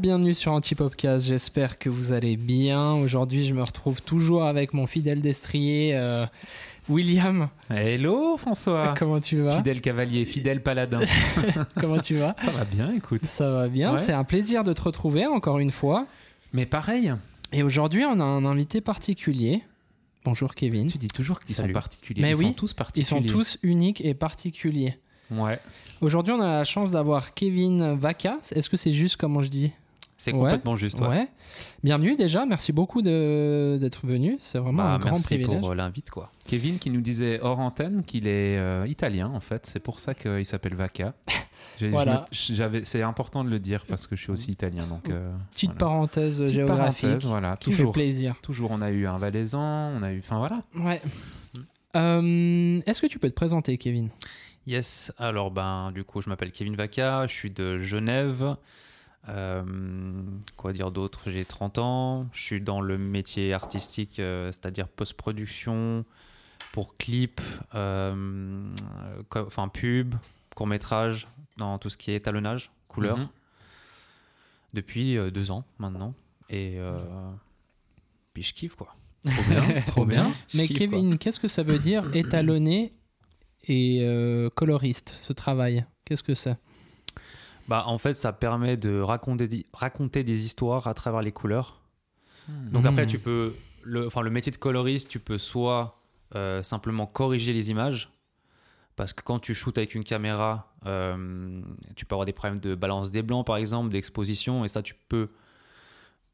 bienvenue sur Antipopcast, j'espère que vous allez bien. Aujourd'hui je me retrouve toujours avec mon fidèle destrier euh, William. Hello François Comment tu vas Ah. Fidèle cavalier, fidèle paladin. Comment tu vas Ça va bien, écoute. Ça va bien, Ouais. c'est un plaisir de te retrouver encore une fois. Mais pareil, Et aujourd'hui on a un invité particulier. Bonjour Kevin. tu dis toujours qu'ils sont Salut. particuliers. Mais Ils oui, sont tous Ils particuliers. sont tous uniques et particuliers. Ouais. Aujourd'hui on a la chance d'avoir Kevin Vaca. Est-ce que c'est juste comment je dis C'est Ouais. complètement juste. ouais. Ouais. Bienvenue déjà, merci beaucoup de- d'être venu. C'est vraiment Bah, un grand merci privilège. pour euh, l'invite, quoi. Kevin qui nous disait hors antenne qu'il est euh, italien en fait. C'est pour ça qu'il s'appelle Vaca. J'ai- je Voilà. me- j'avais- C'est important de le dire parce que je suis aussi italien. Donc, euh, Petite voilà. parenthèse Petite géographique parenthèse, voilà. qui Toujours, fait plaisir. toujours, on a eu un Valaisan, on a eu. Enfin voilà. Ouais. Mm. Euh, Est-ce que tu peux te présenter, Kevin Yes, alors ben, du coup, je m'appelle Kevin Vaca, je suis de Genève. Euh, quoi dire d'autre J'ai 30 ans, je suis dans le métier artistique, euh, c'est-à-dire post-production pour clips, euh, euh, co- enfin pub, court-métrage, dans tout ce qui est étalonnage, couleur, Mhm. depuis euh, deux ans maintenant. Et euh, puis je kiffe, quoi. Trop bien, Eh, trop bien. Je Mais kiffe, quoi. Kevin, qu'est-ce que ça veut dire étalonné et euh, coloriste, ce travail Qu'est-ce que c'est Bah, en fait, ça permet de raconter, di- raconter des histoires à travers les couleurs. Mmh. Donc Mhm. après, tu peux, le, enfin, le métier de coloriste, tu peux soit euh, simplement corriger les images, parce que quand tu shootes avec une caméra, euh, tu peux avoir des problèmes de balance des blancs, par exemple, d'exposition, et ça, tu peux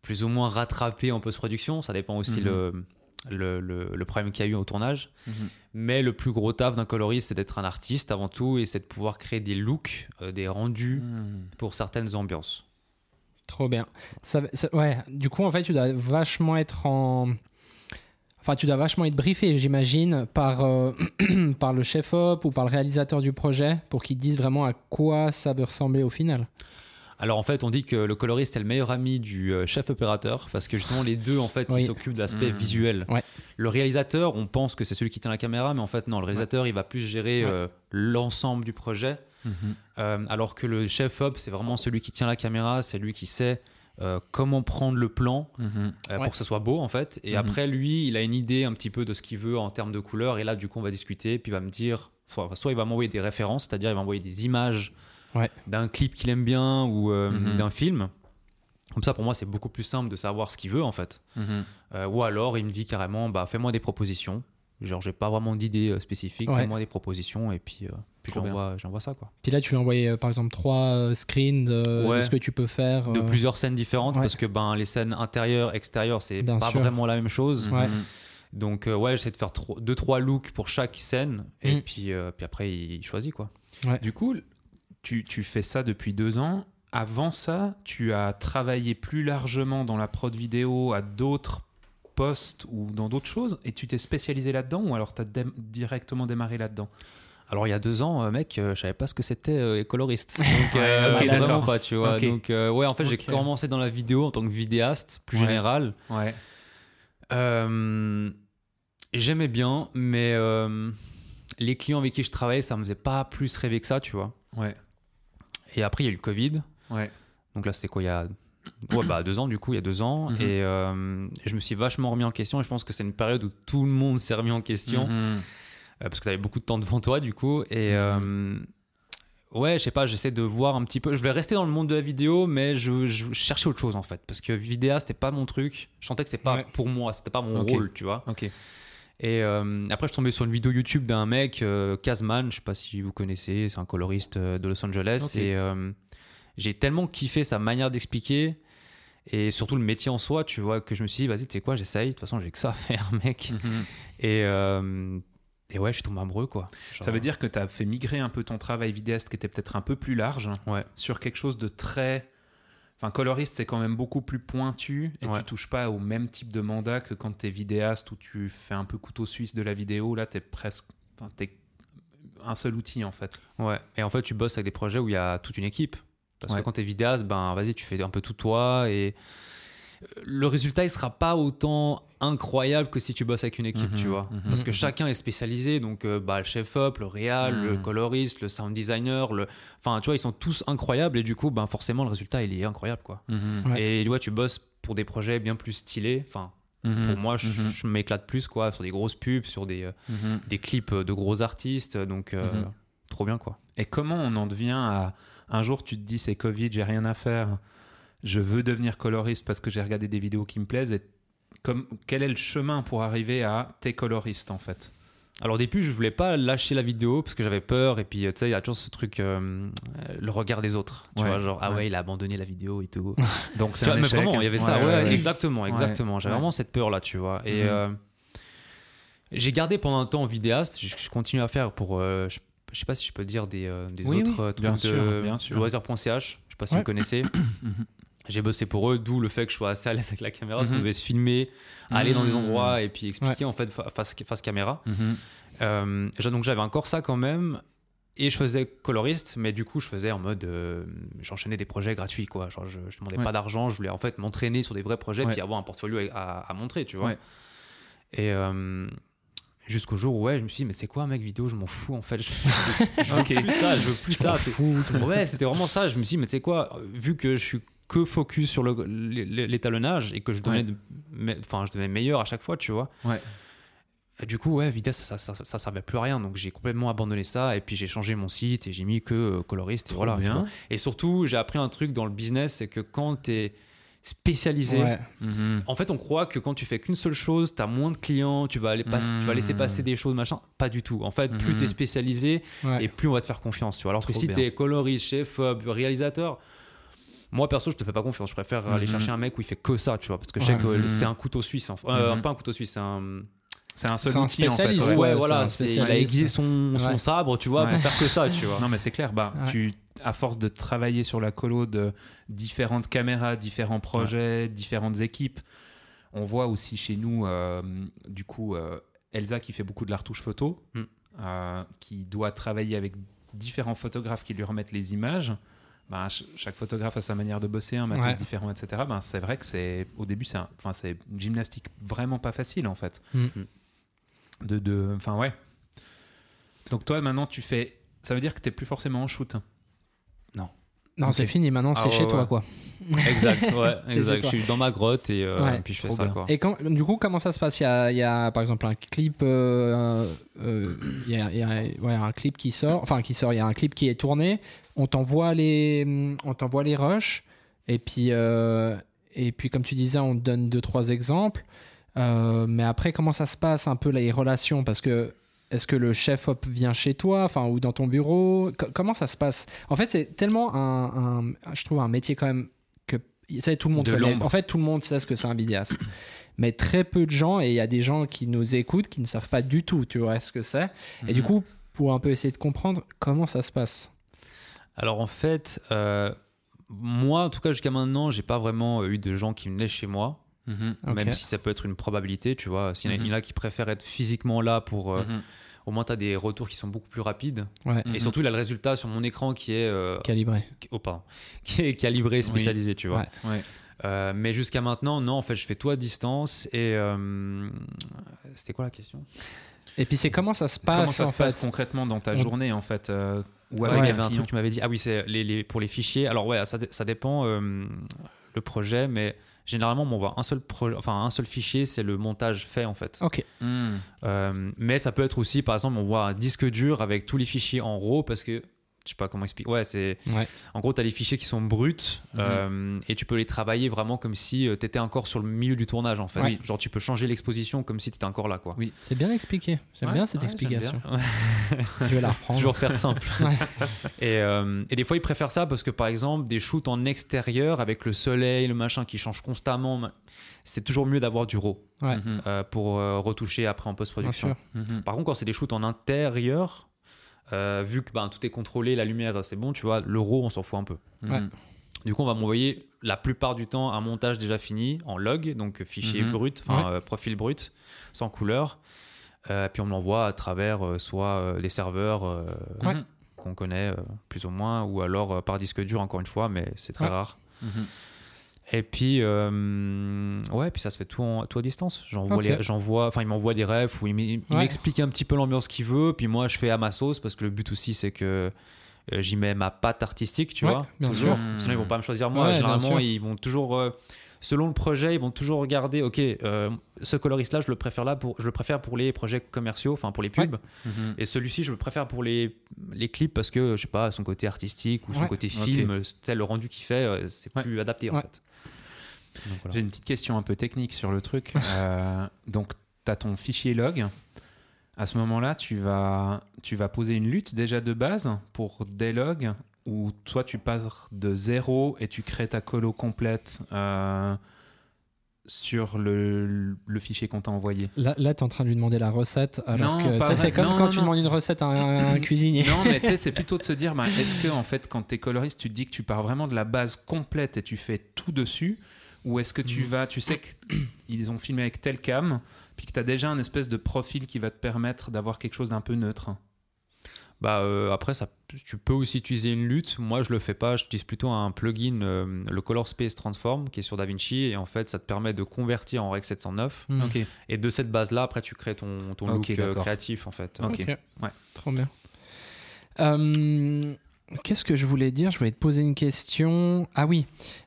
plus ou moins rattraper en post-production. Ça dépend aussi Mhm. le, le, le- le problème qu'il y a eu au tournage. Mhm. Mais le plus gros taf d'un coloriste, c'est d'être un artiste avant tout, et c'est de pouvoir créer des looks, euh, des rendus Mhm. pour certaines ambiances. Trop bien. Ça- ça- ouais. Du coup, en fait, tu dois vachement être en. Enfin, tu dois vachement être briefé, j'imagine, par, euh, par le chef-op ou par le réalisateur du projet pour qu'ils disent vraiment à quoi ça veut ressembler au final. Alors en fait, on dit que le coloriste est le meilleur ami du euh, chef opérateur parce que justement les deux en fait Oui. ils s'occupent de l'aspect Mmh. visuel. Ouais. Le réalisateur, on pense que c'est celui qui tient la caméra, mais en fait non, le réalisateur il va plus gérer Ouais. euh, l'ensemble du projet, Mhm. Euh, alors que le chef op c'est vraiment celui qui tient la caméra, c'est lui qui sait euh, comment prendre le plan Mhm. euh, Ouais. pour que ça soit beau en fait. Et Mhm. après lui, il a une idée un petit peu de ce qu'il veut en termes de couleurs et là du coup on va discuter puis il va me dire, enfin, soit il va m'envoyer des références, c'est-à-dire il va m'envoyer des images Ouais. d'un clip qu'il aime bien ou euh, Mhm. d'un film. Comme ça pour moi c'est beaucoup plus simple de savoir ce qu'il veut en fait. Mhm. Euh, ou alors il me dit carrément bah fais-moi des propositions. Genre j'ai pas vraiment d'idée euh, spécifique, Ouais. fais-moi des propositions et puis, euh, puis Trop bien. j'envoie j'envoie ça quoi. Puis là, tu lui as envoyé, euh, par exemple, trois euh, screens de, Ouais. de ce que tu peux faire. De euh, plusieurs scènes différentes ouais. parce que ben les scènes intérieures extérieures c'est Bien pas sûr. vraiment la même chose. Ouais. Mhm. Donc euh, ouais, j'essaie de faire trois- deux trois looks pour chaque scène et Mm. puis euh, puis après il choisit quoi. Du coup, tu, tu fais ça depuis deux ans. Avant ça, tu as travaillé plus largement dans la prod vidéo à d'autres postes ou dans d'autres choses et tu t'es spécialisé là-dedans ou alors tu as directement démarré là-dedans Alors il y a deux ans, euh, mec, euh, je savais pas ce que c'était euh, coloriste. Donc Ouais, euh, ok, vraiment d'accord. pas, tu vois. Ok. Donc euh, ouais, en fait j'ai Ok. commencé dans la vidéo en tant que vidéaste plus Ouais. général. Ouais. Euh, J'aimais bien, mais euh, les clients avec qui je travaillais, ça me faisait pas plus rêver que ça, tu vois. Ouais. Et après il y a eu le Covid. Ouais. Donc là, c'était quoi Il y a ouais, bah, deux ans, du coup, il y a deux ans. Mhm. Et euh, je me suis vachement remis en question. Et je pense que c'est une période où tout le monde s'est remis en question. Mhm. euh, parce que tu avais beaucoup de temps devant toi, du coup. Et euh, Mhm. ouais, je sais pas, j'essaie de voir un petit peu. Je vais rester dans le monde de la vidéo, mais je, je cherchais autre chose, en fait. Parce que vidéaste, c'était pas mon truc. Je sentais que c'était pas Ouais. pour moi, c'était pas mon Ok. rôle, tu vois. Ok. Et euh, après, je tombais sur une vidéo YouTube d'un mec, euh, Kazman, je sais pas si vous connaissez, c'est un coloriste euh, de Los Angeles. Ok. Et euh, j'ai tellement kiffé sa manière d'expliquer et surtout le métier en soi, tu vois, que je me suis dit, vas-y, tu sais quoi, j'essaye. De toute façon, j'ai que ça à faire, mec. Mhm. Et, euh, et ouais, je suis tombé amoureux, quoi. Genre, euh, Ça veut dire que tu as fait migrer un peu ton travail vidéaste qui était peut-être un peu plus large Ouais. sur quelque chose de très. Enfin, coloriste, c'est quand même beaucoup plus pointu et Ouais. tu touches pas au même type de mandat que quand tu es vidéaste ou tu fais un peu couteau suisse de la vidéo. Là, tu es presque. Enfin, tu un seul outil en fait. Ouais. Et en fait, tu bosses avec des projets où il y a toute une équipe. Parce Ouais. que quand t'es vidéaste, ben vas-y, tu fais un peu tout toi. Et le résultat il sera pas autant incroyable que si tu bosses avec une équipe, Mhm, tu vois. mhm, Parce que mhm. chacun est spécialisé, donc euh, bah, le chef-op, le réal, le Mhm. coloriste, le sound designer, le... enfin tu vois, ils sont tous incroyables et du coup, ben forcément le résultat il est incroyable quoi. Mhm. Ouais. Et tu vois, tu bosses pour des projets bien plus stylés, enfin Mhm. pour moi je, Mhm. je m'éclate plus quoi, sur des grosses pubs, sur des, euh, Mhm. des clips euh, de gros artistes, donc euh, Mhm. trop bien quoi. Et comment on en devient à un jour tu te dis c'est Covid, j'ai rien à faire, je veux devenir coloriste parce que j'ai regardé des vidéos qui me plaisent et comme, quel est le chemin pour arriver à t'es coloriste en fait Alors au début, je voulais pas lâcher la vidéo parce que j'avais peur et puis euh, tu sais, il y a toujours ce truc euh, euh, le regard des autres, tu Ouais, vois, genre ah ouais. ouais, il a abandonné la vidéo et tout. Donc Tu vois, mais vraiment, il y avait ça, ouais, exactement, hein. Ouais, exactement. J'avais ouais. vraiment cette peur là, tu vois. Et Mhm. euh, j'ai gardé pendant un temps vidéaste, je, je continue à faire pour euh, je, je sais pas si je peux dire des, euh, des Oui, autres oui, euh, trucs bien de sûr, bien sûr. loisirs.ch, je sais pas si Ouais. vous connaissez. J'ai bossé pour eux, d'où le fait que je sois assez à l'aise avec la caméra, parce qu'on Mhm. devait se filmer, aller dans des Mhm. endroits et puis expliquer en fait fa- face, face caméra. Euh, j'a- donc j'avais encore ça quand même. Et je faisais coloriste, mais du coup je faisais en mode, euh, j'enchaînais des projets gratuits quoi. Genre je, je demandais Ouais. pas d'argent, je voulais en fait m'entraîner sur des vrais projets Ouais. puis avoir un portfolio à, à montrer, tu vois. Ouais. Et euh, jusqu'au jour où ouais, je me suis dit mais c'est quoi mec vidéo, je m'en fous en fait. Je, je- je veux plus ça, je veux plus ça. c'est- Ouais, c'était vraiment ça. Je me suis dit mais tu sais quoi, vu que je suis que focus sur le- l'é- l'étalonnage et que je Ouais. devenais, de- mais- enfin je devenais meilleur à chaque fois, tu vois. Ouais. Et Ah, du coup, ouais, Vida, ça, ça, ça, ça servait plus à rien. Donc, j'ai complètement abandonné ça. Et puis, j'ai changé mon site et j'ai mis que euh, coloriste. Et, Trop voilà, tu bien. vois. et surtout, j'ai appris un truc dans le business c'est que quand tu es spécialisé, Ouais. Mhm. en fait, on croit que quand tu fais qu'une seule chose, tu as moins de clients, tu vas, aller passer- tu vas laisser Mhm. passer des choses, machin. Pas du tout. En fait, plus Mhm. tu es spécialisé, Ouais. et plus on va te faire confiance. Tu vois. Alors que Trop si bien. tu es coloriste, chef, euh, réalisateur, moi perso, je te fais pas confiance. Je préfère aller Mhm. chercher un mec où il fait que ça, tu vois, parce que je sais Ouais. que Mhm. c'est un couteau suisse. en- euh, Mhm. Pas un couteau suisse, c'est un. C'est un seul C'est un outil en fait. spécialiste, ouais. Ouais, ouais, voilà, c'est un c'est- il a spécialiste. aiguisé son, son Ouais. sabre, tu vois, Ouais. pour faire que ça, tu vois. Non mais c'est clair, bah, Ouais. tu, à force de travailler sur la colo de différentes caméras, différents projets, différentes équipes, on voit aussi chez nous, euh, du coup, euh, Elsa qui fait beaucoup de la retouche photo, Mm. euh, qui doit travailler avec différents photographes qui lui remettent les images. Bah, ch- chaque photographe a sa manière de bosser, un matos Ouais. différent, etc. Ben, c'est vrai que c'est au début, c'est un- enfin, c'est une gymnastique vraiment pas facile en fait. Mm. De, de, enfin ouais. Donc toi maintenant tu fais, ça veut dire que t'es plus forcément en shoot. hein. Non, Ok. c'est fini, maintenant c'est Ah, chez ouais, toi ouais. quoi. Exact, ouais, C'est chez exact. toi. Je suis dans ma grotte et, euh, Ouais. et puis je fais Trop ça, bien. quoi. Et quand, du coup, comment ça se passe il y, a, il y a, par exemple un clip, euh, euh, il y a, il y a- ouais, un clip qui sort, enfin qui sort, il y a un clip qui est tourné. On t'envoie les, hum, on t'envoie les rushs, et puis euh, et puis comme tu disais, on te donne deux trois exemples. Euh, mais après, comment ça se passe un peu les relations Parce que est-ce que le chef op vient chez toi, enfin ou dans ton bureau Co- Comment ça se passe En fait, c'est tellement un, un- je trouve un métier quand même que tu sais, tout le monde De connaît. l'ombre. En fait, tout le monde sait ce que c'est un vidéaste mais très peu de gens, et il y a des gens qui nous écoutent qui ne savent pas du tout, tu vois, ce que c'est. Et du Mhm. coup, pour un peu essayer de comprendre comment ça se passe. Alors en fait, euh, moi, en tout cas jusqu'à maintenant, j'ai pas vraiment euh, eu de gens qui venaient chez moi, Mhm. Ok. même si ça peut être une probabilité, tu vois. S'il y en a- Mhm. il y en a qui préfèrent être physiquement là pour, euh, Mhm. au moins t'as des retours qui sont beaucoup plus rapides. Ouais, Mhm. Et surtout, il a le résultat sur mon écran qui est, euh, Bah. calibré. oh, pardon, qui est calibré, spécialisé, tu vois. Ouais. Ouais. Euh, mais jusqu'à maintenant, non, en fait, je fais tout à distance. Et euh, c'était quoi la question Et puis, Ah, c'est comment ça se passe Comment ça en se fait passe concrètement dans ta On- journée en fait euh, ou Ouais, avec il y un avait un client truc, tu m'avais dit. Ah oui, c'est les, les- pour les fichiers. Alors, ouais, ça, dé- ça dépend euh, le projet, mais généralement, on voit un seul, projet, enfin, un seul fichier, c'est le montage fait, en fait. Ok, Mhm. Euh, mais ça peut être aussi, par exemple, on voit un disque dur avec tous les fichiers en RAW parce que. Je sais pas comment expliquer. Ouais, c'est. Ouais. Mhm. En gros, tu as les fichiers qui sont bruts euh, et tu peux les travailler vraiment comme si tu étais encore sur le milieu du tournage en fait. Ouais. Genre, tu peux changer l'exposition comme si tu étais encore là quoi. Oui. c'est bien expliqué. J'aime Ouais, bien cette ouais, j'aime bien. explication. Ouais. Je vais la reprendre. Toujours faire simple. Ouais. et, euh, et des fois, ils préfèrent ça parce que, par exemple, des shoots en extérieur avec le soleil, le machin qui change constamment, c'est toujours mieux d'avoir du RAW Ouais. Mhm. euh, pour euh, retoucher après en Bien post-production. sûr. Mhm. Par contre, quand c'est des shoots en intérieur, euh, vu que ben, tout est contrôlé, la lumière c'est bon, tu vois, le RAW, on s'en fout un peu. Ouais. Mhm. Du coup, on va m'envoyer la plupart du temps un montage déjà fini en log, donc fichier Mhm. brut, enfin Ouais. euh, profil brut, sans couleur. Euh, puis on me l'envoie à travers euh, soit euh, les serveurs euh, Ouais. Mhm. qu'on Mmh. connaît euh, plus ou moins, ou alors euh, par disque dur encore une fois, mais c'est très Ouais. rare. Et puis, euh, ouais, puis ça se fait tout, en, tout à distance. J'envoie, Ok. les- j'envoie, enfin, il m'envoie des refs où il m- il Ouais. m'explique un petit peu l'ambiance qu'il veut. Puis moi, je fais à ma sauce parce que le but aussi, c'est que euh, j'y mets ma patte artistique, tu Ouais, vois. bien toujours. sûr. Sinon, ils vont pas me choisir moi. Ouais, bien Généralement, sûr. ils vont toujours, euh, selon le projet, ils vont toujours regarder. Ok, euh, ce coloriste-là, je le préfère là pour, je le préfère pour les projets commerciaux, enfin pour les pubs. Mhm. Et celui-ci, je le préfère pour les, les clips parce que, je sais pas, son côté artistique ou son Ouais. côté Ok. film, c'est le rendu qu'il fait, euh, c'est Ouais. plus adapté en Ouais. fait. Donc, voilà. J'ai une petite question un peu technique sur le truc. Euh, donc, tu as ton fichier log. À ce moment-là, tu vas, tu vas poser une lutte déjà de base pour des logs où toi, tu passes de zéro et tu crées ta colo complète euh, sur le, le fichier qu'on t'a envoyé. Là, là t'es en train de lui demander la recette. Alors Non, que, pas tu sais, vrai. c'est comme Non, quand non, tu non. demandes une recette à un, un cuisinier. Non, mais tu sais, c'est plutôt de se dire, bah, est-ce que en fait, quand t'es coloriste, tu te dis que tu pars vraiment de la base complète et tu fais tout dessus, ou est-ce que tu vas, tu sais qu'ils ont filmé avec telle cam, puis que t'as déjà un espèce de profil qui va te permettre d'avoir quelque chose d'un peu neutre. Bah, euh, après, ça, tu peux aussi utiliser une lutte. Moi, je le fais pas. J'utilise plutôt un plugin, euh, le Color Space Transform, qui est sur DaVinci. Et en fait, ça te permet de convertir en Rec 709. Mm. Ok. Et de cette base-là, après, tu crées ton, ton Ok, look euh, d'accord. créatif en fait. Ok. Ouais. Trop bien. Euh, Qu'est-ce que je voulais dire Je voulais te poser une question. Ah oui,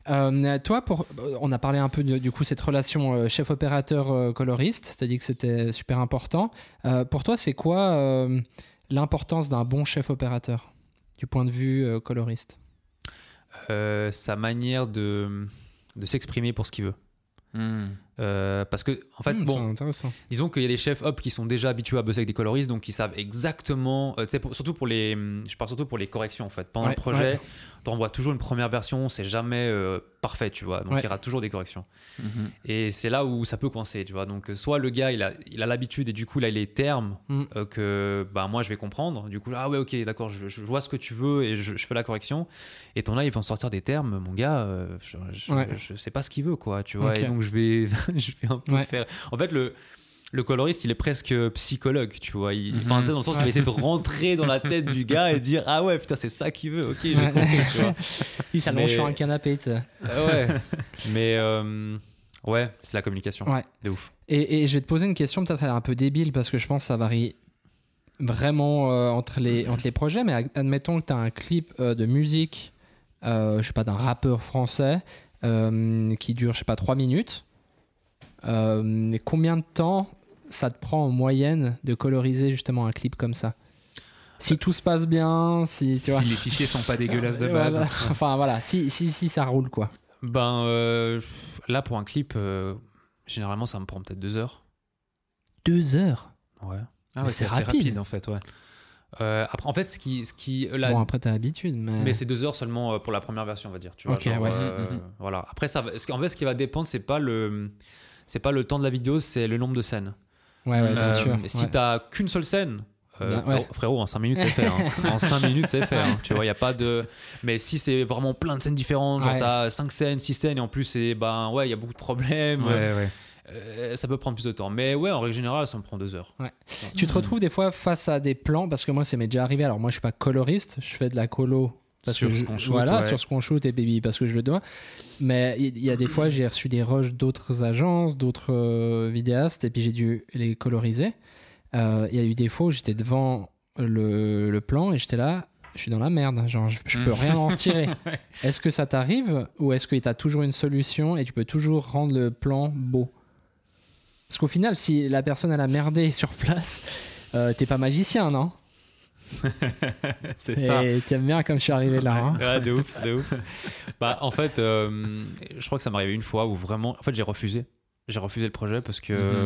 Euh, toi, pour, on a parlé un peu de- du coup cette relation euh, chef opérateur euh, coloriste. T'as dit que c'était super important. Euh, pour toi, c'est quoi euh, l'importance d'un bon chef opérateur du point de vue euh, coloriste Euh, sa manière de, de s'exprimer pour ce qu'il veut. Mhm. Euh, parce que, en fait, Hmm, bon, c'est intéressant. Disons qu'il y a des chefs hop qui sont déjà habitués à bosser avec des coloristes, donc ils savent exactement. euh, tu sais, pour- surtout pour les, hum, je parle surtout pour les corrections en fait. Pendant Ouais, le projet, ouais. t'envoies toujours une première version, c'est jamais euh, parfait, tu vois. Donc Ouais. il y aura toujours des corrections. Mhm. Et c'est là où ça peut coincer, tu vois. Donc euh, soit le gars il a, il a l'habitude et du coup il a les termes Mm. euh, que bah moi je vais comprendre. Du coup ah ouais ok d'accord, je, je vois ce que tu veux et je, je fais la correction. Et ton là il va en sortir des termes, mon gars, euh, je, je, Ouais. je sais pas ce qu'il veut quoi, tu vois. Ok. Et donc je vais, je vais un peu Ouais. faire. En fait le le coloriste, il est presque psychologue, tu vois. Il, enfin, Mhm. dans le sens, où tu vas Ouais. essayer de rentrer dans la tête du gars et dire Ah ouais, putain, c'est ça qu'il veut, ok, j'ai compris, tu vois. Il s'allonge Mais- sur un canapé. tu sais. Ah ouais. Mais euh, ouais, c'est la communication. Ouais. De ouf. Et, et je vais te poser une question, peut-être elle est un peu débile parce que je pense que ça varie vraiment euh, entre, les, entre les projets, mais ad- admettons que tu as un clip euh, de musique, euh, je sais pas, d'un rappeur français euh, qui dure, je sais pas, 3 minutes. Euh, mais combien de temps ça te prend en moyenne de coloriser justement un clip comme ça Si tout se passe bien, si tu vois. Euh, Si les fichiers sont pas dégueulasses de Et base. voilà. enfin voilà, si, si, si ça roule quoi. Ben euh, là, pour un clip, euh, généralement, ça me prend peut-être deux heures. Deux heures Ouais. Ah Mais ouais, c'est c'est assez rapide. rapide, en fait, ouais. Euh, après, en fait, ce qui. Ce qui là, Bah, Bon, après t'as l'habitude, mais. Mais c'est deux heures seulement euh, pour la première version, on va dire. Tu vois, Ok, genre, ouais. euh, Mhm, mhm. Voilà. Après, ça, va- ce- en fait, ce qui va dépendre, c'est pas le, c'est pas le temps de la vidéo, c'est le nombre de scènes. Ouais, ouais, bien Euh, sûr. Si ouais. t'as qu'une seule scène, euh, Bah, frérot, ouais. frérot, en 5 minutes c'est fait. hein. En 5 minutes c'est fait. hein. Tu vois, il y a pas de. Mais si c'est vraiment plein de scènes différentes, genre Ouais. t'as 5 scènes, 6 scènes, et en plus c'est ben ouais, il y a beaucoup de problèmes. euh, ça peut prendre plus de temps. Mais ouais, en règle générale, ça me prend 2 heures. Tu te retrouves des fois face à des plans, parce que moi, ça m'est déjà arrivé. Alors, moi, je suis pas coloriste, je fais de la colo. Parce Sur que ce je- qu'on shoot, Voilà, ouais. sur ce qu'on shoot et baby, parce que je le dois. Mais il il y a des fois, j'ai reçu des rushs d'autres agences, d'autres euh, vidéastes, et puis j'ai dû les coloriser. Euh, Il y a eu des fois où j'étais devant le, le plan et j'étais là, je suis dans la merde. Genre, je, je peux Hmm. rien en retirer. Est-ce que ça t'arrive ou est-ce que t'as toujours une solution et tu peux toujours rendre le plan beau Parce qu'au final, si la personne elle a merdé sur place, euh, t'es pas magicien, non c'est ça. Et t'aimes bien comme je suis arrivé là. hein. Ouais, de ouf, de ouf. Bah, en fait, euh, je crois que ça m'est arrivé une fois où vraiment. En fait, j'ai refusé. J'ai refusé le projet parce que. Mhm.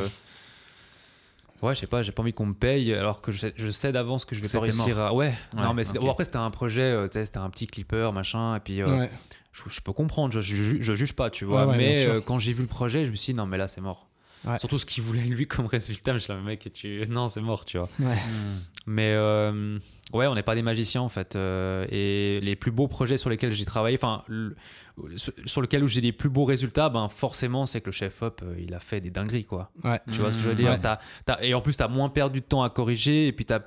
Ouais, je sais pas, j'ai pas envie qu'on me paye alors que je sais, je sais d'avance que je vais pas C'était réussir à. Ouais, Ouais, non, mais c'était- ok. bon, après, c'était un projet, euh, tu sais, c'était un petit clipper, machin, et puis euh, hein. Ouais. je, je peux comprendre, je, je, ju- je juge pas, tu vois. Ouais, ouais, bien mais sûr. euh, quand j'ai vu le projet, je me suis dit, non, mais là, c'est mort. Ouais. Surtout ce qu'il voulait lui comme résultat, je suis là, mec, tu... non, c'est mort, tu vois. Mhm. Mais euh, ouais, on n'est pas des magiciens en fait. Euh, et les plus beaux projets sur lesquels j'ai travaillé, enfin, le- sur sur lequel où j'ai les plus beaux résultats, ben forcément, c'est que le chef hop, euh, il a fait des dingueries quoi. Ouais. Mmh. Tu vois ce que je veux Mhm. dire Ouais. T'as- t'as- Et en plus, t'as moins perdu de temps à corriger et puis t'as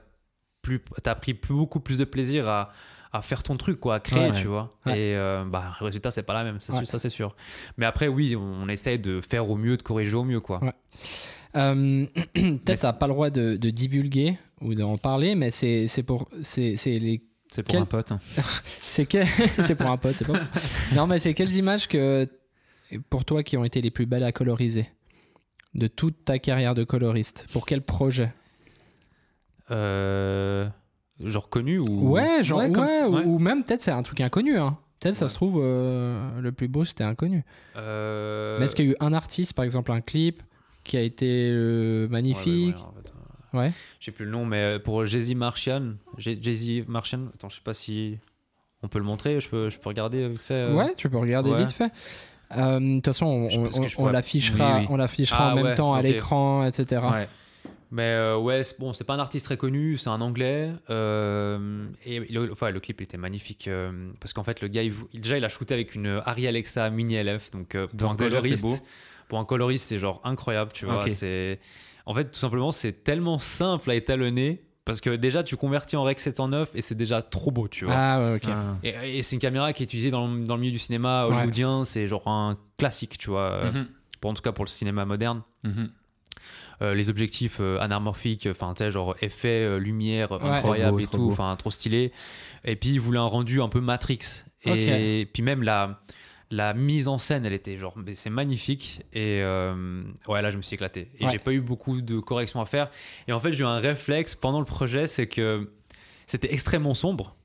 plus, t'as pris plus- beaucoup plus de plaisir à à faire ton truc, quoi, à créer, Ouais. tu vois. Ouais. Et euh, bah, le résultat, c'est pas la même, ça, c'est- Ouais. ça c'est sûr. Mais après, oui, on essaie de faire au mieux, de corriger au mieux, quoi. Ouais. Euh, Mais Peut-être c'est- t'as pas le droit de, de divulguer ou d'en parler, mais c'est c'est pour c'est c'est les C'est pour Quel- un pote. c'est que- c'est pour un pote. c'est Pas... non, mais c'est quelles images que pour toi qui ont été les plus belles à coloriser de toute ta carrière de coloriste Pour quel projet Euh, genre connu ou. Ouais, genre ouais, ouais, comme- ou- ouais. ou, même peut-être c'est un truc inconnu. hein. Peut-être ça Ouais. se trouve euh, le plus beau c'était inconnu. Euh, Mais est-ce qu'il y a eu un artiste par exemple un clip qui a été euh, ouais, magnifique ouais, ouais, en fait, euh, Ouais. Je sais plus le nom, mais pour Jay-Z Martian. Jay- Jay-Z Martian, attends, je sais pas si on peut le montrer, je peux, je peux regarder vite fait. euh. Ouais, tu peux regarder ouais. vite fait. Euh, De toute façon, on, Je pense on- que je on pourrais- l'affichera, Oui, oui. on l'affichera Ah en même ouais, temps à ok. l'écran, etc. Ouais. Mais euh, ouais, c'est- bon, c'est pas un artiste très connu, c'est un anglais. euh, et le, enfin, le clip était magnifique euh, parce qu'en fait, le gars, il, vou- il- déjà, il a shooté avec une Harry Alexa mini LF. Donc, euh, pour, Donc un déjà, c'est coloriste, beau. pour un coloriste, c'est genre incroyable, tu vois. Ok. c'est En fait, tout simplement, c'est tellement simple à étalonner parce que déjà, tu convertis en REC 709 et c'est déjà trop beau, tu vois. Ah ouais, ok. Ah. Et, et c'est une caméra qui est utilisée dans, le- dans le milieu du cinéma Ouais. hollywoodien, c'est genre un classique, tu vois. euh, Mhm, pour- en tout cas, pour le cinéma moderne. mhm. Euh, les objectifs euh, anamorphiques, enfin, tu sais, genre effet, euh, lumière, Ouais. incroyable Trop beau, et trop tout, beau. enfin, trop stylé. Et puis, il voulait un rendu un peu Matrix. Et puis, même la, la mise en scène, elle était genre, mais c'est magnifique. Et euh, ouais, là, je me suis éclaté. Et Ouais. j'ai pas eu beaucoup de corrections à faire. Et en fait, j'ai eu un réflexe pendant le projet, c'est que c'était extrêmement sombre,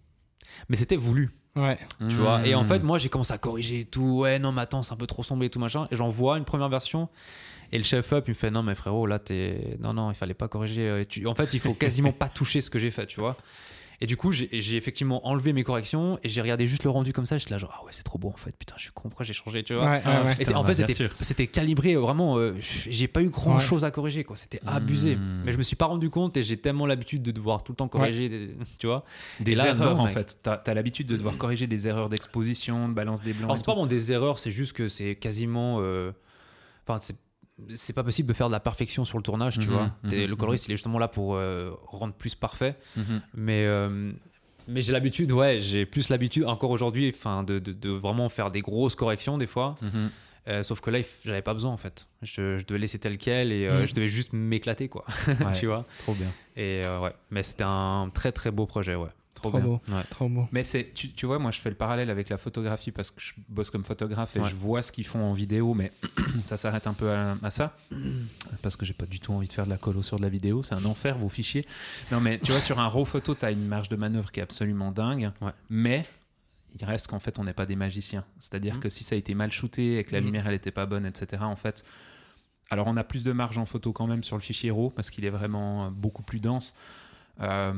mais c'était voulu Ouais. tu vois. Et en Hmm. Mhm. fait, moi, j'ai commencé à corriger et tout. Ouais, non, mais attends, c'est un peu trop sombre et tout machin. Et j'envoie une première version. Et le chef-up, il me fait Non, mais frérot, là, t'es. Non, non, il fallait pas corriger. euh, tu- En fait, il faut quasiment pas toucher ce que j'ai fait, tu vois. Et du coup, j'ai j'ai effectivement enlevé mes corrections et j'ai regardé juste le rendu comme ça. J'étais là, genre, ah ouais, c'est trop beau en fait. Putain, je suis con, pourquoi j'ai changé, tu vois. Ouais, Ah, ouais, ouais. Et Putain, c'est- en bah, fait, bien c'était- sûr. c'était calibré euh, vraiment. euh, j'ai pas eu grand chose à corriger, quoi. C'était abusé. Mmh. Mais je me suis pas rendu compte et j'ai tellement l'habitude de devoir tout le temps corriger, des- tu vois. Des Et là, erreurs, non, en mec. fait. T'as as, l'habitude de devoir corriger des erreurs d'exposition, de balance des blancs. Alors, et c'est pas tout. vraiment des erreurs, c'est juste que c'est quasiment. euh, Enfin, c'est. C'est pas possible de faire de la perfection sur le tournage, tu Mhm, vois. mhm, T'es- le mhm. coloriste, il est justement là pour euh, rendre plus parfait. Mhm. Mais, euh, mais j'ai l'habitude, ouais, j'ai plus l'habitude, encore aujourd'hui, enfin, de, de- de vraiment faire des grosses corrections des fois. Mhm. Euh, sauf que là, il f- j'avais pas besoin, en fait. Je, je devais laisser tel quel et euh, Mhm. je devais juste m'éclater, quoi. Ouais, tu vois. Trop bien. Et euh, ouais. Mais c'était un très, très beau projet, ouais. Trop, Trop bien. beau. Ouais. Trop beau. Mais c'est, tu, tu vois, moi je fais le parallèle avec la photographie parce que je bosse comme photographe et Ouais. je vois ce qu'ils font en vidéo, mais ça s'arrête un peu à, à ça parce que j'ai pas du tout envie de faire de la colo sur de la vidéo, c'est un enfer vos fichiers. Non, mais tu vois, sur un RAW photo, t'as une marge de manœuvre qui est absolument dingue, Ouais. mais il reste qu'en fait on n'est pas des magiciens. C'est-à-dire Mhm. que si ça a été mal shooté et que la Mhm. lumière elle était pas bonne, etc., en fait. Alors on a plus de marge en photo quand même sur le fichier RAW parce qu'il est vraiment euh, beaucoup plus dense. Euh,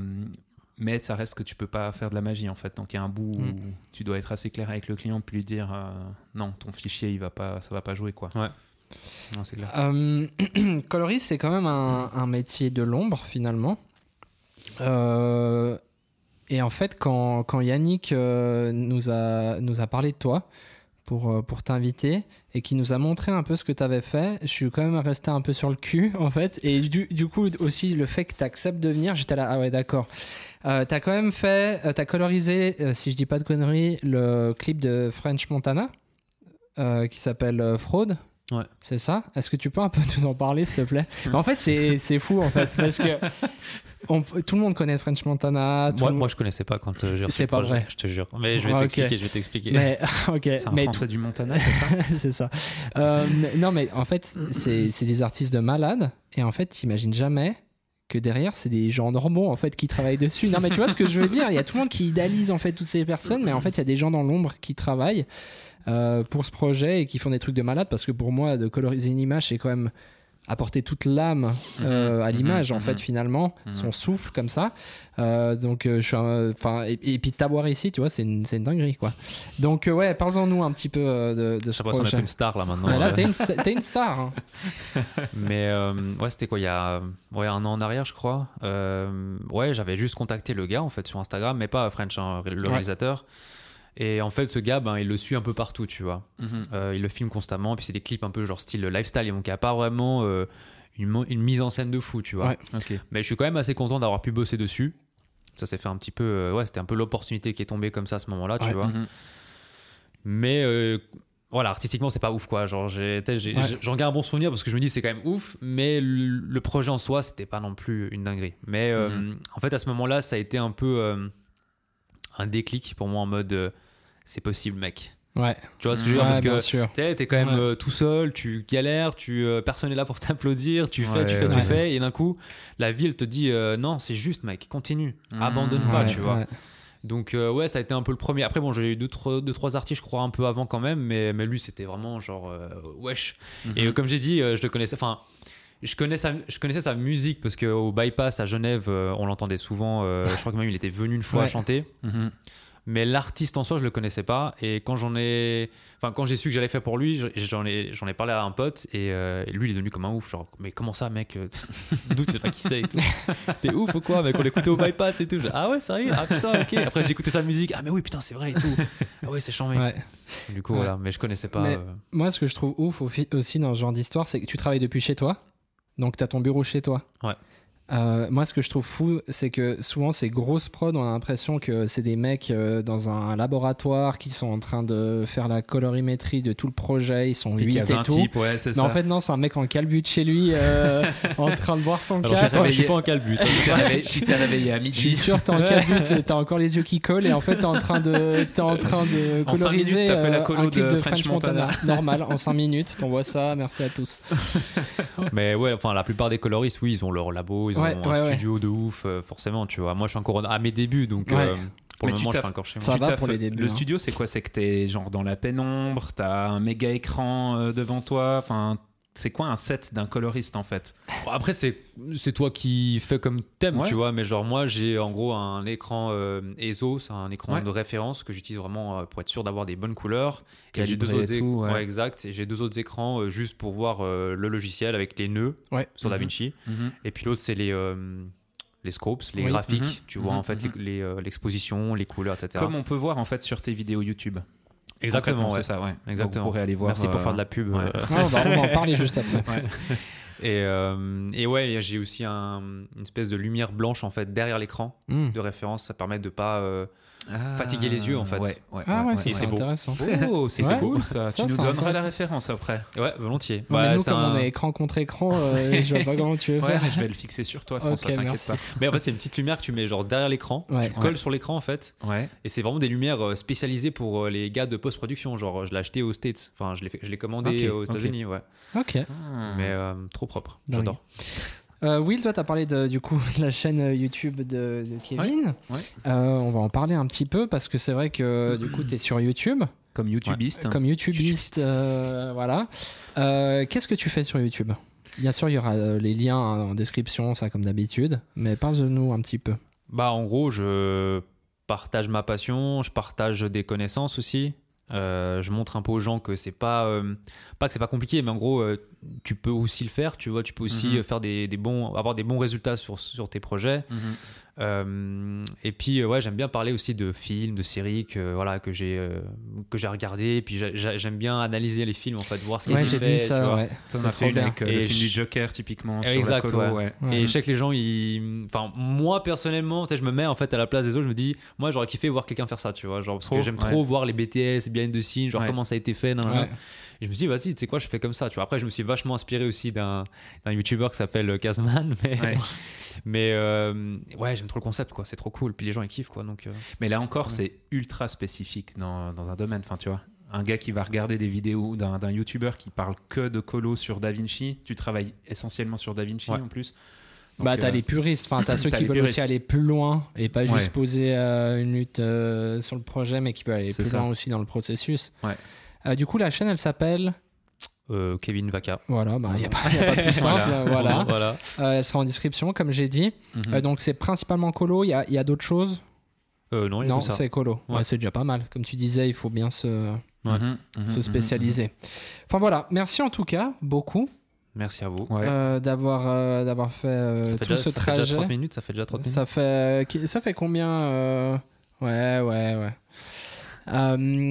mais ça reste que tu peux pas faire de la magie en fait. Donc il y a un bout où Mm. tu dois être assez clair avec le client puis lui dire euh, non, ton fichier il va pas, ça va pas jouer quoi. Non, c'est clair. Euh, coloriste, c'est quand même un, un métier de l'ombre finalement. Euh, et en fait, quand, quand Yannick euh, nous, a, nous a parlé de toi pour, euh, pour t'inviter et qui nous a montré un peu ce que tu avais fait, je suis quand même resté un peu sur le cul en fait. Et du, du coup, aussi le fait que tu acceptes de venir, j'étais là, ah ouais, d'accord. Euh, t'as quand même fait, euh, t'as colorisé, euh, si je dis pas de conneries, le clip de French Montana euh, qui s'appelle euh, Fraude. Ouais. C'est ça Est-ce que tu peux un peu nous en parler, s'il te plaît Mais En fait, c'est c'est fou, en fait, parce que on- tout le monde connaît French Montana. tout Moi, le moi, monde- je connaissais pas quand euh, j'ai reçu C'est le pas projet, vrai. je te jure. Mais je vais Ah, ok. t'expliquer, je vais t'expliquer. mais, ok, C'est un mais français du Montana, c'est ça c'est ça. Euh, mais- non, mais en fait, c'est c'est des artistes de malades, et en fait, t'imagines jamais que derrière, c'est des gens normaux, en fait, qui travaillent dessus. Non, mais tu vois ce que je veux dire Il y a tout le monde qui idéalise, en fait, toutes ces personnes, mais en fait, il y a des gens dans l'ombre qui travaillent euh, pour ce projet et qui font des trucs de malades, parce que pour moi, de coloriser une image, c'est quand même apporter toute l'âme euh, Mhm, à l'image mhm, en fait mhm. finalement Mhm. son souffle comme ça Euh, donc euh, je suis un- enfin et, et puis de t'avoir ici tu vois c'est une, c'est une dinguerie quoi donc euh, ouais parle-en nous un petit peu euh, de, de Je ce sais pas si on a projet fait une star là maintenant. Ouais, là, Euh, t'es une, sta- t'es une star. hein. Mais euh, ouais, c'était quoi Il y a euh, ouais, un an en arrière, je crois. Euh, ouais, j'avais juste contacté le gars en fait sur Instagram, mais pas French, hein, le Ouais. réalisateur. Et en fait, ce gars, ben, il le suit un peu partout, tu vois. Mhm. Euh, il le filme constamment, puis c'est des clips un peu genre style lifestyle, et donc il n'y a pas vraiment euh, une, mo- une mise en scène de fou, tu vois. Ouais. Ok. Mais je suis quand même assez content d'avoir pu bosser dessus. Ça s'est fait un petit peu. euh, ouais, c'était un peu l'opportunité qui est tombée comme ça à ce moment-là, tu Ouais. vois. Mhm. Mais euh, voilà, artistiquement, c'est pas ouf, quoi. Genre, j'ai- t'sais, j'ai- Ouais. j'ai- j'en garde un bon souvenir parce que je me dis, c'est quand même ouf. Mais le le projet en soi, c'était pas non plus une dinguerie. Mais euh, Mhm. en fait, à ce moment-là, ça a été un peu euh, un déclic pour moi en mode euh, c'est possible, mec. Ouais, Tu vois ce que je veux Ouais, dire Parce bien que sûr. T'es t'es quand même Ouais. euh, tout seul, tu galères, tu, euh, personne n'est là pour t'applaudir, tu fais, tu Ouais, fais, ouais. tu fais, et d'un coup, la ville te dit euh, non, c'est juste, mec, continue, Mmh. abandonne pas, Ouais, tu vois. ouais. Donc, euh, ouais, ça a été un peu le premier. Après, bon, j'ai eu deux, trois, deux, trois artistes, je crois, un peu avant quand même, mais, mais lui, c'était vraiment genre, euh, wesh. Mhm. Mmh. Et euh, comme j'ai dit, euh, je le connaissais, enfin, je connaissais, sa, je connaissais sa musique parce qu'au bypass à Genève, euh, on l'entendait souvent, euh, je crois que même il était venu une fois Ouais. chanter Mhm. mais l'artiste en soi je le connaissais pas et quand j'en ai enfin quand j'ai su que j'allais faire pour lui je- j'en ai j'en ai parlé à un pote et euh, et lui il est devenu comme un ouf genre mais comment ça mec euh, d'où tu sais pas qui c'est et tout t'es ouf ou quoi mec on l'écoutait au bypass et tout Je- ah ouais sérieux ah putain ok après j'ai écouté sa musique ah mais oui putain c'est vrai et tout ah ouais c'est chiant Ouais. du coup Ouais. voilà mais je connaissais pas Mais- euh, Moi, ce que je trouve ouf au fi- aussi dans ce genre d'histoire, c'est que tu travailles depuis chez toi. Donc, tu as ton bureau chez toi. Ouais. Euh, moi, ce que je trouve fou, c'est que souvent, ces grosses prods, on a l'impression que c'est des mecs euh, dans un laboratoire qui sont en train de faire la colorimétrie de tout le projet. Ils sont Puis qu'il y 8 avait et un tout. type, ouais, c'est Mais ça. en fait, non, c'est un mec en calbute chez lui, euh, en train de boire son Alors, café. c'est réveillé. en calbute il s'est réveillé, il s'est réveillé à Je suis midi. sûr, t'es en calbute, t'as encore les yeux qui collent et en fait, t'es en train de, t'es en train de En cinq minutes, coloriser t'as fait la euh, colo un clip de de French French Montana. Normal, en 5 minutes, t'envoies ça, merci à tous. mais ouais enfin la plupart des coloristes oui ils ont leur labo ils ont Ouais, un ouais, ouais. studio de ouf euh, forcément tu vois moi je suis encore à mes débuts donc Ouais. euh, pour Mais le tu moment je t'as- suis encore chez moi Ça Tu va taffes- pour les débuts, Le hein. studio, c'est quoi C'est que t'es genre dans la pénombre, t'as un méga écran euh, devant toi. Enfin, c'est quoi un set d'un coloriste en fait Bon, Après, c'est c'est toi qui fais comme thème, Ouais. tu vois. Mais genre, moi, j'ai en gros un écran euh, ESO, c'est un écran Ouais. de référence que j'utilise vraiment euh, pour être sûr d'avoir des bonnes couleurs. Et j'ai Calibré deux et autres éc- tout, ouais. ouais, exact. Et j'ai deux autres écrans euh, juste pour voir euh, le logiciel avec les nœuds Ouais. sur Mhm. DaVinci. Et puis l'autre, c'est les. euh, les scopes, les Oui. graphiques, Mhm. tu vois Mhm. en fait les- les, euh, l'exposition, les couleurs, etc. Comme on peut voir en fait sur tes vidéos YouTube. Exactement, Concrètement, ouais. c'est ça, ouais. Donc, Exactement. vous pourrez aller voir. Merci pour euh, faire de la pub. ouais. euh, Ouais, on, va, bah, on va en parler juste après. et, euh, et ouais, j'ai aussi un- une espèce de lumière blanche en fait derrière l'écran Mm. de référence, ça permet de pas. euh, Ah, fatiguer les yeux, en fait. Ouais, ouais, Ah ouais, Et c'est c'est beau. intéressant. Oh, c'est Ouais. c'est cool ça. Ça, tu nous c'est donneras la intéressant. référence après. Ouais, volontiers. Non, Bah, mais nous, c'est comme un- on est écran contre écran, euh, je vois pas comment tu veux Ouais, faire. mais je vais le fixer sur toi, François, Ok, t'inquiète merci. pas. mais en fait, c'est une petite lumière que tu mets genre derrière l'écran, Ouais. tu colles sur l'écran en fait. Ouais. Et c'est vraiment des lumières euh, spécialisées pour euh, les gars de post-production. Genre, euh, je l'ai acheté aux States. Enfin, je l'ai, fait- je l'ai commandé Ok, aux ok. États-Unis, ouais. Ok. Mais euh, trop propre. Dingue. J'adore. Euh, Will, toi, t'as parlé de, du coup de la chaîne euh, YouTube de, de Kevin. Ouais, ouais. Euh, on va en parler un petit peu parce que c'est vrai que du coup, t'es sur YouTube Comme youtubiste. hein. comme YouTubeiste. euh, voilà. Euh, Qu'est-ce que tu fais sur YouTube Bien sûr, il y aura euh, les liens hein, en description, ça comme d'habitude. Mais parle-nous un petit peu. Bah, en gros, je partage ma passion, je partage des connaissances aussi. Euh, je montre un peu aux gens que c'est pas euh, pas que c'est pas compliqué mais en gros euh, tu peux aussi le faire tu vois tu peux aussi Mhm. euh, faire des, des bons avoir des bons résultats sur, sur tes projets Mhm. Euh, et puis euh, ouais, j'aime bien parler aussi de films, de séries que euh, voilà que j'ai euh, que j'ai regardé. Et puis j'a- j'a- j'aime bien analyser les films en fait, voir ce qui a Ouais, été j'ai fait, vu tu ça. vois. Ouais. Ça, on C'est a trop fait une bien. avec euh, le Et film je- du Joker, typiquement. sur Exact, la colo, ouais. ouais. Ouais. Et je sais que les gens, ils... enfin moi personnellement, tu sais, je me mets en fait à la place des autres. Je me dis, moi j'aurais kiffé voir quelqu'un faire ça, tu vois, genre parce Trop, que j'aime ouais. trop voir les BTS, behind the scenes, genre Ouais. comment ça a été fait. hein. nan, nan, nan. Ouais. Et je me suis dit, vas-y, tu sais quoi, je fais comme ça. Tu vois. Après, je me suis vachement inspiré aussi d'un d'un YouTuber qui s'appelle euh, Kazman. Mais, Ouais. mais euh, ouais, j'aime trop le concept, quoi. C'est trop cool. Puis les gens, ils kiffent, quoi. Donc, euh, Mais là encore, c'est ultra spécifique dans, dans un domaine. Enfin, tu vois, un gars qui va regarder des vidéos d'un d'un youtubeur qui parle que de colo sur DaVinci. Tu travailles essentiellement sur DaVinci Ouais. en plus. Donc, Bah, t'as euh, les puristes, enfin, t'as ceux t'as qui les veulent puristes. aussi aller plus loin et pas Ouais. juste poser euh, une lutte euh, sur le projet, mais qui veulent aller C'est plus ça. loin aussi dans le processus. Ouais. Euh, du coup, la chaîne, elle s'appelle. euh, Kevin Vaca. Voilà, bah, il n'y a, pas- y a pas plus simple. Voilà. euh, voilà. Euh, elle sera en description, comme j'ai dit. mhm. Euh, donc, c'est principalement colo. Il y a, y a d'autres choses Euh, non, il y a Non, que ça. c'est colo. Ouais. Ouais, c'est déjà pas mal. Comme tu disais, il faut bien se, ouais. Mhm, Mm, mhm, se mhm, spécialiser. Enfin, voilà. Merci en tout cas, beaucoup, Merci à vous. mhm. Ouais. euh, d'avoir euh, d'avoir fait, euh, Ça fait, tout déjà, ce ça fait déjà trajet. 30 minutes, ça fait déjà 30 minutes. Ça fait, qui- ça fait combien euh, Ouais, ouais, ouais. Euh,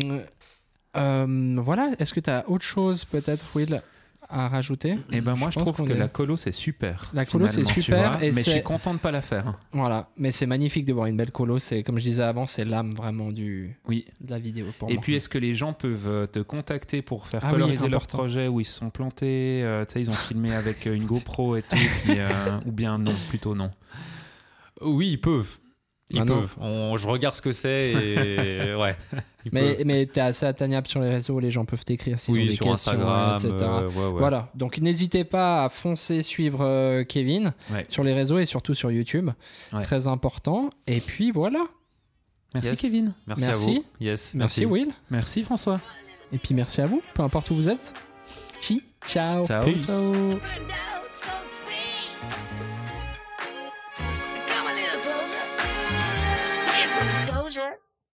euh, voilà, est-ce que tu as autre chose peut-être, Will, à rajouter. Et ben moi, je, pense trouve qu'on que est- la colo, c'est super. La colo, finalement, c'est tu super, vois. et mais je c'est- suis content de pas la faire. Voilà, mais c'est magnifique de voir une belle colo. C'est comme je disais avant, c'est l'âme vraiment du Oui. de la vidéo pour Et moi. puis, est-ce que les gens peuvent euh, te contacter pour faire Ah oui, coloriser leur important. projet où ils se sont plantés euh, Tu sais, ils ont filmé avec euh, une GoPro et tout. puis, euh, ou bien non, plutôt non. Oui, ils peuvent. Ils Ah non. peuvent. On- je regarde ce que c'est et ouais. ils mais peuvent. mais t'es assez atteignable sur les réseaux. Les gens peuvent t'écrire s'ils ont oui, des sur questions, Instagram, etc. euh, ouais, ouais. Voilà, donc n'hésitez pas à foncer suivre euh, Kevin Ouais. sur les réseaux et surtout sur YouTube. Ouais. Très important. Et puis voilà. Merci, Yes. Kevin. Merci, à Merci. vous. Yes. Merci, Will. Merci, François. Et puis merci à vous, peu importe où vous êtes. Chi, ciao. Ciao. Peace. Ciao. Burned out.